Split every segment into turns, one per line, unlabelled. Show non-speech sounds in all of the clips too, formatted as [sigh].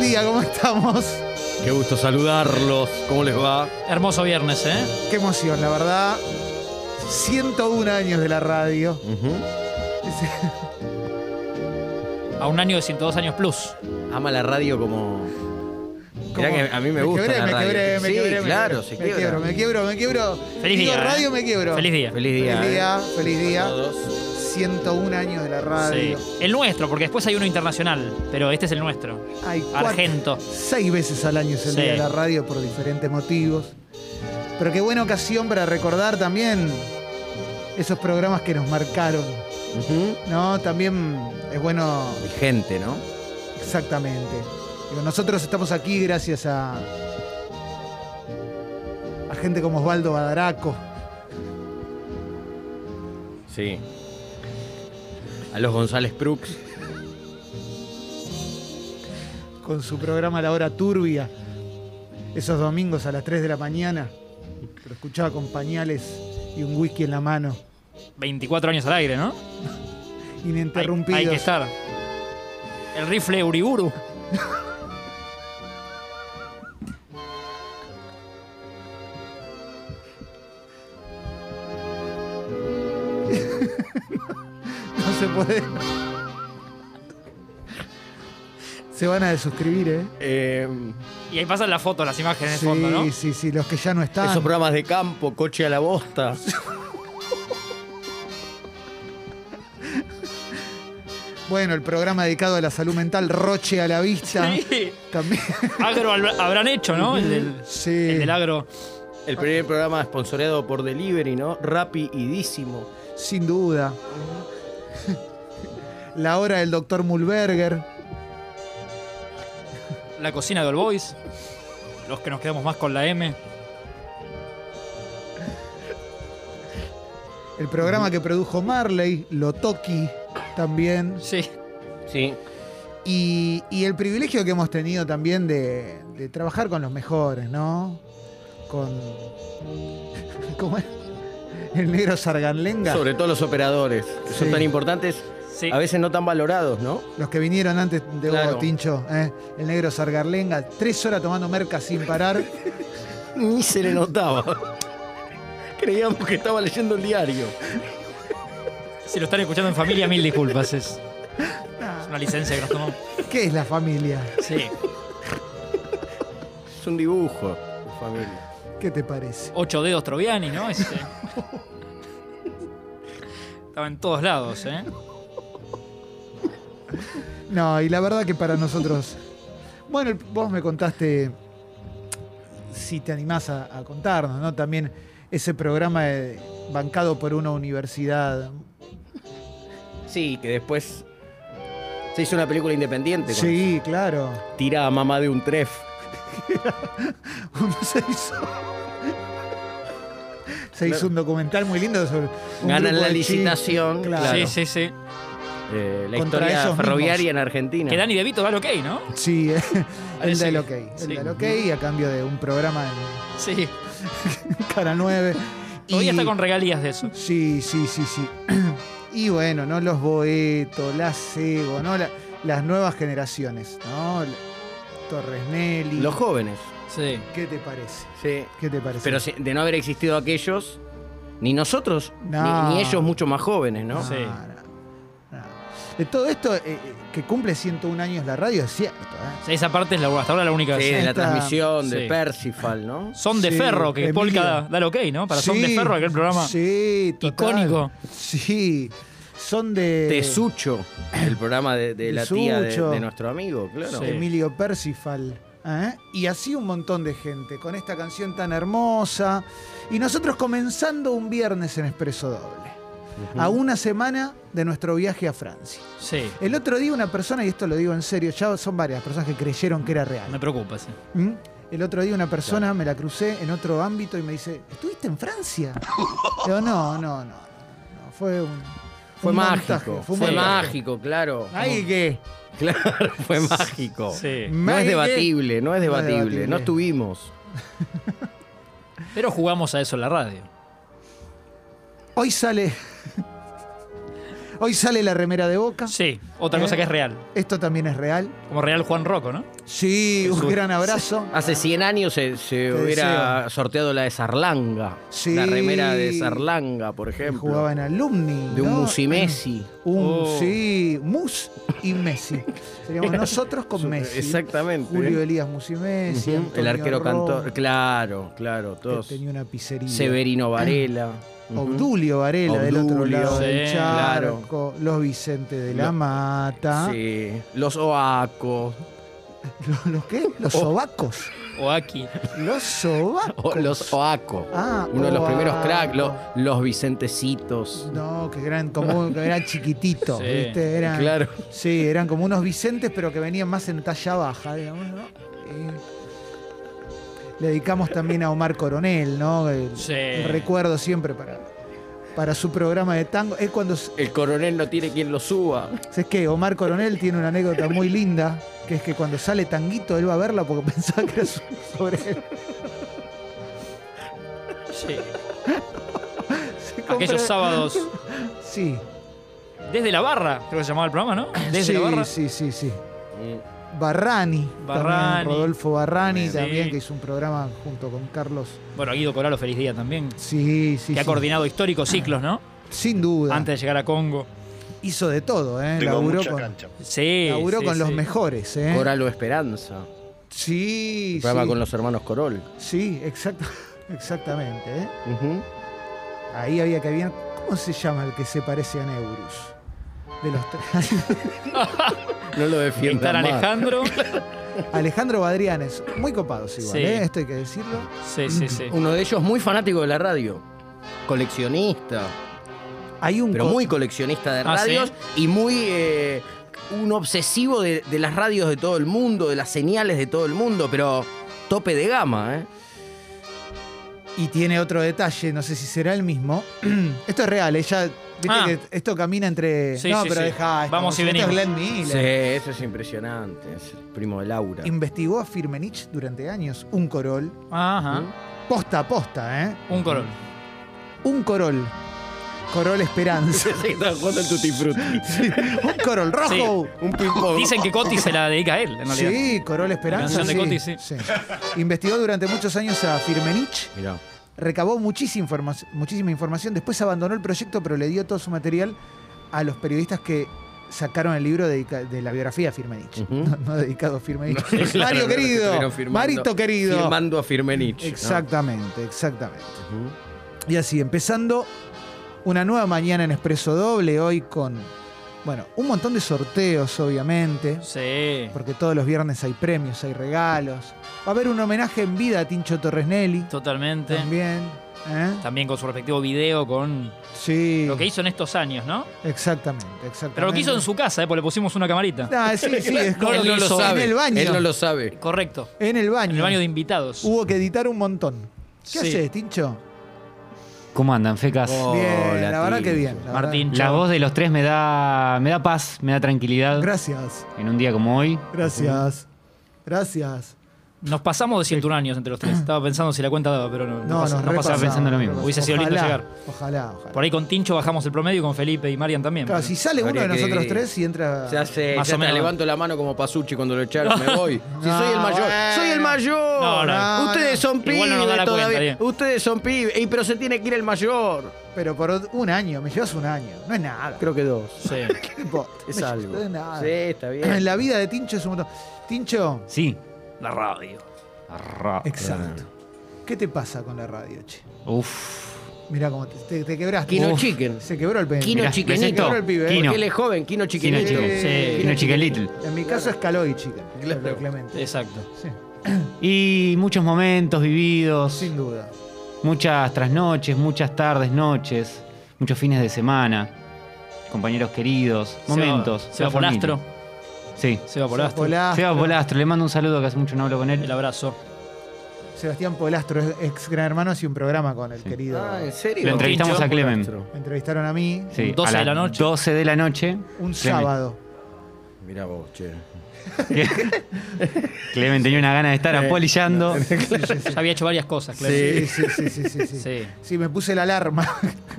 día, ¿cómo estamos?
Qué gusto saludarlos. ¿Cómo les va?
Hermoso viernes, ¿eh?
Qué emoción, la verdad. 101 años de la radio.
A un año de 102 años plus.
Ama la radio como. Mirá
Como-
que a mí me gusta.
quebré,
la
me
radio.
quebré, me
sí,
quebré, me
claro,
quebré.
se
me
quiebra.
quiebro, me quiebro, me quiebro.
Feliz
Digo,
día, ¿eh?
radio, me quiebro.
Feliz día.
Feliz día.
Feliz
eh.
día, feliz
A
día.
todos.
101 años de la
Sí.
radio.
El nuestro, porque después hay uno internacional, pero este es el nuestro.
Hay cuatro-
Argento.
Seis veces al año es el
Sí.
día de la radio por diferentes motivos. Pero qué buena ocasión para recordar también esos programas que nos marcaron.
Ujú.
No, también es bueno
Y gente, ¿no?
Exactamente. Digo, nosotros estamos aquí gracias a, a gente como Osvaldo Badaraco,
Sí. A los González Prux.
con su programa La Hora Turbia, esos domingos a las 3 de la mañana, que lo escuchaba con pañales y un whisky en la mano,
24 años al aire, ¿no? Hay,
ininterrumpidos.
hay que estar. El rifle Uriburu.
[laughs] No se puede. Se van a desuscribir, ¿eh?
Eh,
Y ahí pasan las fotos, las imágenes de
sí,
fondo, ¿no?
sí, sí, los que ya no están.
esos programas de campo, coche a la bosta.
Bueno, el programa dedicado a la salud mental, Roche a la vista.
[laughs] Sí.
También.
Agro al- habrán hecho, ¿no? El del,
Sí.
el del agro.
El primer programa esponsoreado por Delivery, ¿no? Rapidísimo.
Sin duda. La hora del doctor Mulberger.
La cocina de All Boys. Los que nos quedamos más con la M.
El programa que produjo Marley, Lotoki también.
Sí.
Sí.
Y, y el privilegio que hemos tenido también de, de trabajar con los mejores, ¿no? Con. [laughs] ¿Cómo era? El negro Sarganlenga.
Sobre todo los operadores, que son
Sí.
tan importantes,
Sí.
a veces no tan valorados, ¿no?
Los que vinieron antes de vos,
Claro.
Tincho. ¿eh? El negro Sargarlenga. Tres horas tomando merca sin parar.
Ni se le notaba. Creíamos que estaba leyendo el diario.
Si lo están escuchando en familia, mil disculpas.
[laughs]
Es es una licencia que nos tomamos.
¿Qué es la familia?
Sí.
Es un dibujo de familia.
¿Qué te parece?
Ocho dedos Troviani, ¿no? Ese. Estaba en todos lados, ¿eh?
No, y la verdad que para
[laughs]
nosotros. Bueno, el- vos me contaste, si te animás a, a contarnos, ¿no? También ese programa eh, bancado por una universidad.
Sí, que después se hizo una película independiente. con
Sí, claro. [laughs]
eso. Tira a mamá de un tref.
Uno se hizo. Se hizo
Claro.
un documental muy lindo sobre. un
Ganan
grupo
la
de chicos.
licitación.
claro.
Sí, sí, sí.
Eh, la
Contra
historia
esos
ferroviaria
mismos.
en Argentina.
Que Dani De Vito da el ok, ¿no?
Sí,
[laughs]
eh, el
Parece
del
que-
OK. El
sí.
del OK a cambio de un programa en
Sí.
Cara 9.
Todavía
Y-
está con regalías de eso.
Sí, sí, sí, sí. [clears throat] Y bueno, ¿no? Los Boeto, la Sego, ¿no? La- las nuevas generaciones, ¿no? La- Torres Nelly.
Los jóvenes.
Sí.
¿Qué te parece?
Sí.
¿Qué te parece?
Pero si- de no haber existido aquellos, ni nosotros, ni-
No.
ni, ellos mucho más jóvenes, ¿no?
No,
Sí.
no, no. De todo esto, eh, eh, que cumple 101 años la radio, es cierto, ¿eh?
Esa parte es la, hasta ahora la única.
Sí, de la
Esta-
transmisión de
Sí.
Percival, ¿no?
Son de
Sí,
Ferro, que
Emilio.
Polka da el ok, ¿no? Para Son de
Sí,
Ferro, aquel programa.
Sí, total.
icónico.
Sí. Son de.
Tesucho, el programa de, de la tía de,
Tesucho.
de nuestro amigo, claro.
Sí.
Emilio Percival. ¿eh? Y así un montón de gente, con esta canción tan hermosa. Y nosotros comenzando un viernes en Expreso Doble, a una semana de nuestro viaje a Francia.
Sí.
El otro día una persona, y esto lo digo en serio, ya son varias personas que creyeron que era
Me
real.
preocupa, sí.
¿Mm? El otro día una persona me la crucé en otro ámbito y me dice, ¿estuviste en Francia? Le Digo, no, no, no, no, no, Fue un...
Fue
un
mágico,
montaje,
fue,
un montaje.
mágico, claro.
Ah,
Ay, ¿qué?
[laughs] Claro, fue mágico.
Oh.
Sí.
No es
Ay, ¿qué?
debatible, no
No
es
es
debatible, no,
debatible.
estuvimos.
Pero jugamos a eso en la radio.
Hoy sale. Hoy sale la remera de Boca.
Sí. Otra
¿Eh?
cosa que es real.
Esto también es real.
Como real Juan Rocco, ¿no?
Sí, un
Jesús.
gran abrazo.
Hace 100 años se, se hubiera sorteado la de Sarlanga.
Sí.
La remera de Sarlanga, por
Que
ejemplo.
Jugaba en alumni.
de un
¿no?
Musimesi.
Un,
Oh.
Sí, Mus y Messi.
[laughs]
Seríamos nosotros con Messi.
Exactamente.
Julio Elías Mus y Messi.
Ujú, El
Antonio
arquero
Ro,
cantor. Claro, claro,
que
todos.
tenía una Ah. pizzería.
Severino Varela. Ujú.
Obdulio Varela del otro
Obdulio,
lado del
sí,
charco, los Vicente de la
Lo-
Mata,
Sí. Los Oaco.
[laughs] los, los qué? Los
Oh.
sobacos,
O aquí.
los
[laughs]
sobacos.
O- los Oaco.
Ah,
Uno de los
Oaco.
primeros cracks. lo- los Vicentecitos.
No, que eran como que
[laughs]
eran chiquititos,
Sí,
¿viste? Eran,
Claro.
Sí, eran como unos Vicentes, pero que venían más en talla baja, digamos, ¿no? Y le dedicamos también a Omar Coronel, ¿no? El-
Sí.
el recuerdo siempre para, para su programa de tango. Es cuando
El coronel no tiene quien lo suba.
¿Sabes qué? Omar Coronel tiene una anécdota muy linda, que es que cuando sale Tanguito él va a verla porque [laughs] pensaba que era su- sobre él.
Sí.
Se compra-
Aquellos sábados.
Sí.
Desde la barra, creo que se llamaba el
[coughs]
programa, ¿no? Desde
sí,
la barra. Mm.
sí, sí, sí. Barrani. también,
Barrani.
Rodolfo Barrani
Sí.
también, que hizo un programa junto con Carlos.
Bueno, Guido Coralo, feliz día también.
Sí, sí. Ah.
que ha
sí.
coordinado históricos ciclos, ¿no?
Sin duda.
Antes de llegar a Congo.
Hizo de todo, ¿eh?
Tengo
Laburó
mucha
con,
cancha.
Sí.
laburó
sí,
con los
sí.
mejores, ¿eh?
Coralo Esperanza.
Sí,
El programa
sí.
con los hermanos Corol.
Sí, exacto, [laughs] exactamente, ¿eh?
Ujú.
Ahí había que bien. ¿Cómo se llama el que se parece a Neurus? De los tres. [laughs]
No lo defiendan
Estar
más.
Alejandro.
Alejandro Badrianes, muy copados igual,
Sí.
¿eh? esto hay que decirlo.
Sí, sí, sí.
Uno de ellos muy fanático de la radio. Coleccionista.
Hay un
Pero
co-
muy coleccionista de
Ah, ¿sí?
radios y muy. eh, un obsesivo de, de las radios de todo el mundo, de las señales de todo el mundo, pero tope de gama, ¿eh?
y tiene otro detalle, no sé si será el mismo. [clears throat] esto es real, ella viste
Ah.
que esto camina entre
Sí,
No,
sí,
pero
sí.
deja,
Vamos y
Esto es
venimos.
Glenn
Sí,
Miller.
eso es impresionante. Es el primo de Laura.
[laughs]
Investigó a Firmenich durante años, un corol,
Ajá.
posta a posta, ¿eh?
Un corol.
Un corol. Corol Esperanza.
Pensé que estaba jugando el Tutti Frutti.
un corol rojo.
Un ping-pong.
Dicen que Coti se la dedica a él, [laughs] en realidad.
Sí, Corol Esperanza.
La canción de Coti, sí.
Investigó durante muchos años a Firmenich
Mirá.
recabó muchísima, informa- muchísima información, después abandonó el proyecto, pero le dio todo su material a los periodistas que sacaron el libro dedica- de la biografía de Firmenich.
Ujú.
no, no dedicado a
[laughs]
Firmenich.
Claro,
Mario
no,
querido,
estuvieron firmando-
Marito querido.
Firmando a Firmenich. ¿no?
Exactamente, exactamente.
Ujú.
Y así, empezando una nueva mañana en Expreso Doble, hoy con, bueno, un montón de sorteos, obviamente.
Sí.
Porque todos los viernes hay premios, hay regalos. Va a haber un homenaje en vida a Tincho Torres Nelly.
Totalmente.
También. ¿eh?
También con su respectivo video, con
Sí.
lo que hizo en estos años, ¿no?
Exactamente, exactamente.
Pero lo que hizo en su casa, ¿eh? Porque le pusimos una camarita.
Ah, sí, sí, es como-
Él [laughs] no lo
en
sabe.
el baño.
Él no lo sabe.
Correcto.
En el baño.
En el baño de invitados.
Hubo que editar un montón. ¿Qué
Sí.
haces, Tincho?
¿Cómo andan, fecas?
Oh,
bien, la,
la
verdad que
Tincho.
bien. la verdad.
Martín.
La
chao.
voz de los tres me da, me da paz, me da tranquilidad
Gracias,
en un día como hoy.
gracias, gracias.
Nos pasamos de 101 años entre
[clears throat]
los tres. Estaba pensando si la cuenta daba, pero no.
No,
pasa-
no,
pasaba.
repasamos. pensando lo mismo.
Hubiese sido lindo llegar.
Ojalá, ojalá.
Por ahí con Tincho bajamos el promedio y con Felipe y Marian también.
Claro,
pero-
si sale uno
Habría
de
que
nosotros
dividir.
tres y entra.
Se hace,
Más
ya
o
está,
menos.
levanto la mano como Pasucci cuando lo echaron, me voy. Si soy el mayor,
bueno.
soy el mayor.
No, no.
Ustedes son
Igual
pibes
no nos da la
todavía.
cuenta, bien.
Ustedes son pibes. Ey, pero se tiene que ir el mayor.
Pero por un año, me llevas un año. No es nada.
Creo que dos.
Sí.
¿Qué importa?
Es
Me llevas-
algo.
No es nada.
Sí, está bien.
La vida de Tincho es un montón. Tincho,
Sí.
La radio.
Ah,
Eh.
exacto. ¿Qué te pasa con la radio, che?
Uf.
Mirá cómo te, te- te quebraste.
Kino
Uf.
Chicken.
Se quebró el pene.
Kino
Mirá,
Chiquenito.
Se quebró el pibe. ¿eh?
Kino.
Porque él es joven, Kino
Kino
Chiquinito.
Chicken.
Sí.
Kino Chicken Little.
En mi caso es Caloichica,
Claro.
de Clemente.
Exacto.
Sí,
Y muchos momentos vividos,
sin duda.
muchas trasnoches, muchas tardes, noches, muchos fines de semana, compañeros queridos, momentos.
Se va,
la
por
familia.
Astro.
Sí.
Se va por
Seba
Astro.
Polastro.
Seba Polastro, le mando un saludo que hace mucho no hablo con
El
él.
abrazo.
Sebastián Polastro, es ex gran hermano, hacía un programa con el querido.
Ah, ¿en serio?
Lo entrevistamos
Tincho.
a Clemen.
Clemen.
Me entrevistaron a mí
Sí,
12
a
de la
las
noche.
12 de
[laughs]
la noche.
un
Clemen.
sábado.
Mirá vos, che.
Clemen tenía una gana de estar
Eh,
apolillando.
Ya había hecho varias cosas, claro.
Sí, sí, sí, sí, sí. sí.
Sí.
Sí, me puse la alarma.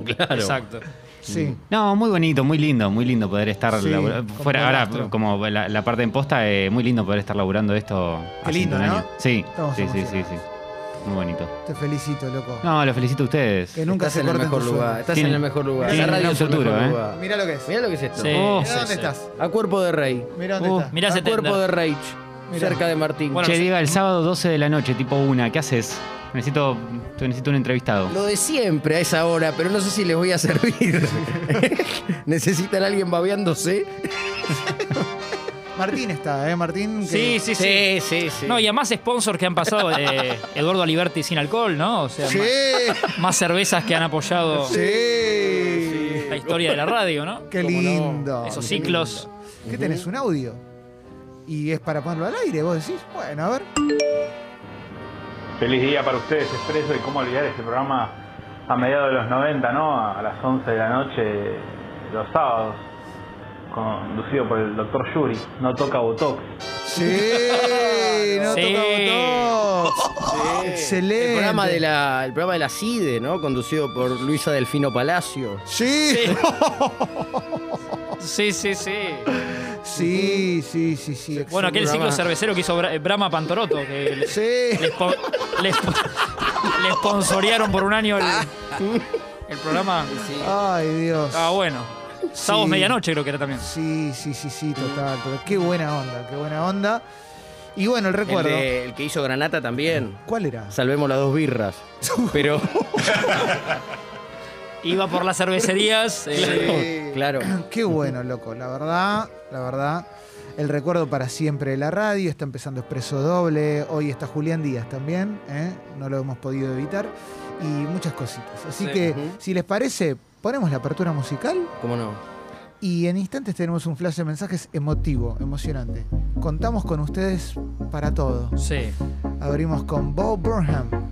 Claro.
Exacto.
Sí.
No, muy bonito, muy lindo, muy lindo poder estar
Sí,
labura-
como
fuera ahora
nuestro.
como la, la parte en posta, eh, muy lindo poder estar laburando esto.
Qué
hace
lindo,
un
¿no?
año. Sí,
Estamos
sí, sí, sí,
emocionados.
sí. Muy bonito.
Te felicito, loco.
No, los felicito a ustedes.
Que nunca
estás
se
en el
corten
mejor
tus
lugar.
sueños.
Estás en
Tienen-
el mejor lugar.
tienen
La radio
un
es el
futuro,
mejor
¿eh?
lugar.
Mirá lo que es.
Mirá lo que es esto.
Sí.
Oh,
Mirá
sí,
dónde
sí.
estás.
A cuerpo de rey.
Mirá dónde
Oh.
estás.
Mirá
a
ese
cuerpo de
tender.
Rage.
Mirá.
Cerca de Martín.
Bueno,
che, Diga, el sábado 12 de la noche, tipo una, ¿qué haces? Necesito, te necesito un entrevistado.
Lo de siempre a esa hora, pero no sé si les voy a
[laughs]
servir. ¿Necesitan a alguien babeándose?
Martín está, ¿eh? Martín. que-
Sí, sí, sí.
sí, sí.
No, y a más sponsors que han pasado, eh, Eduardo Aliberti sin alcohol, ¿no? O sea,
Sí.
más, más cervezas que han apoyado
Sí.
la historia de la radio, ¿no?
Qué
Cómo no.
lindo.
Esos
Qué
ciclos.
lindo. ¿Qué tenés? ¿Un audio? Y es para ponerlo al aire, vos decís. Bueno, a ver.
Feliz día para ustedes, Expreso, y cómo olvidar este programa a mediados de los 90, ¿no? A las 11 de la noche, los sábados, conducido por el doctor Yuri, no toca Botox.
Sí, no
Sí.
toca botón. Excelente.
El programa, de la, el programa de la CIDE, E, ¿no? Conducido por Luisa Delfino Palacio.
Sí.
Sí, sí, sí.
Sí, sí, sí, sí.
Bueno, aquel
Brahma.
ciclo cervecero que hizo Bra- eh, Brahma Pantoroto, que le,
Sí.
le spo- le spo- le sponsorearon por un año el, el programa.
Ay, Dios.
Estaba Ah, bueno. Sábados
Sí.
medianoche creo que era también.
Sí, sí, sí, sí, total. total. Qué buena onda, qué buena onda. Y bueno, el
El,
recuerdo.
de- el que hizo Granata también.
¿Cuál era?
Salvemos las dos birras. Pero,
Iba por las cervecerías. eh,
[laughs] claro.
Qué bueno, loco. La verdad, la verdad. El recuerdo para siempre de la radio. Está empezando Expreso Doble. Hoy está Julián Díaz también. ¿eh? No lo hemos podido evitar. Y muchas cositas. Así
Sí.
que,
Ujú.
si les parece, ponemos la apertura musical.
¿Cómo no?
Y en instantes tenemos un flash de mensajes emotivo, emocionante. Contamos con ustedes para todo.
Sí.
Abrimos con Bob Burnham.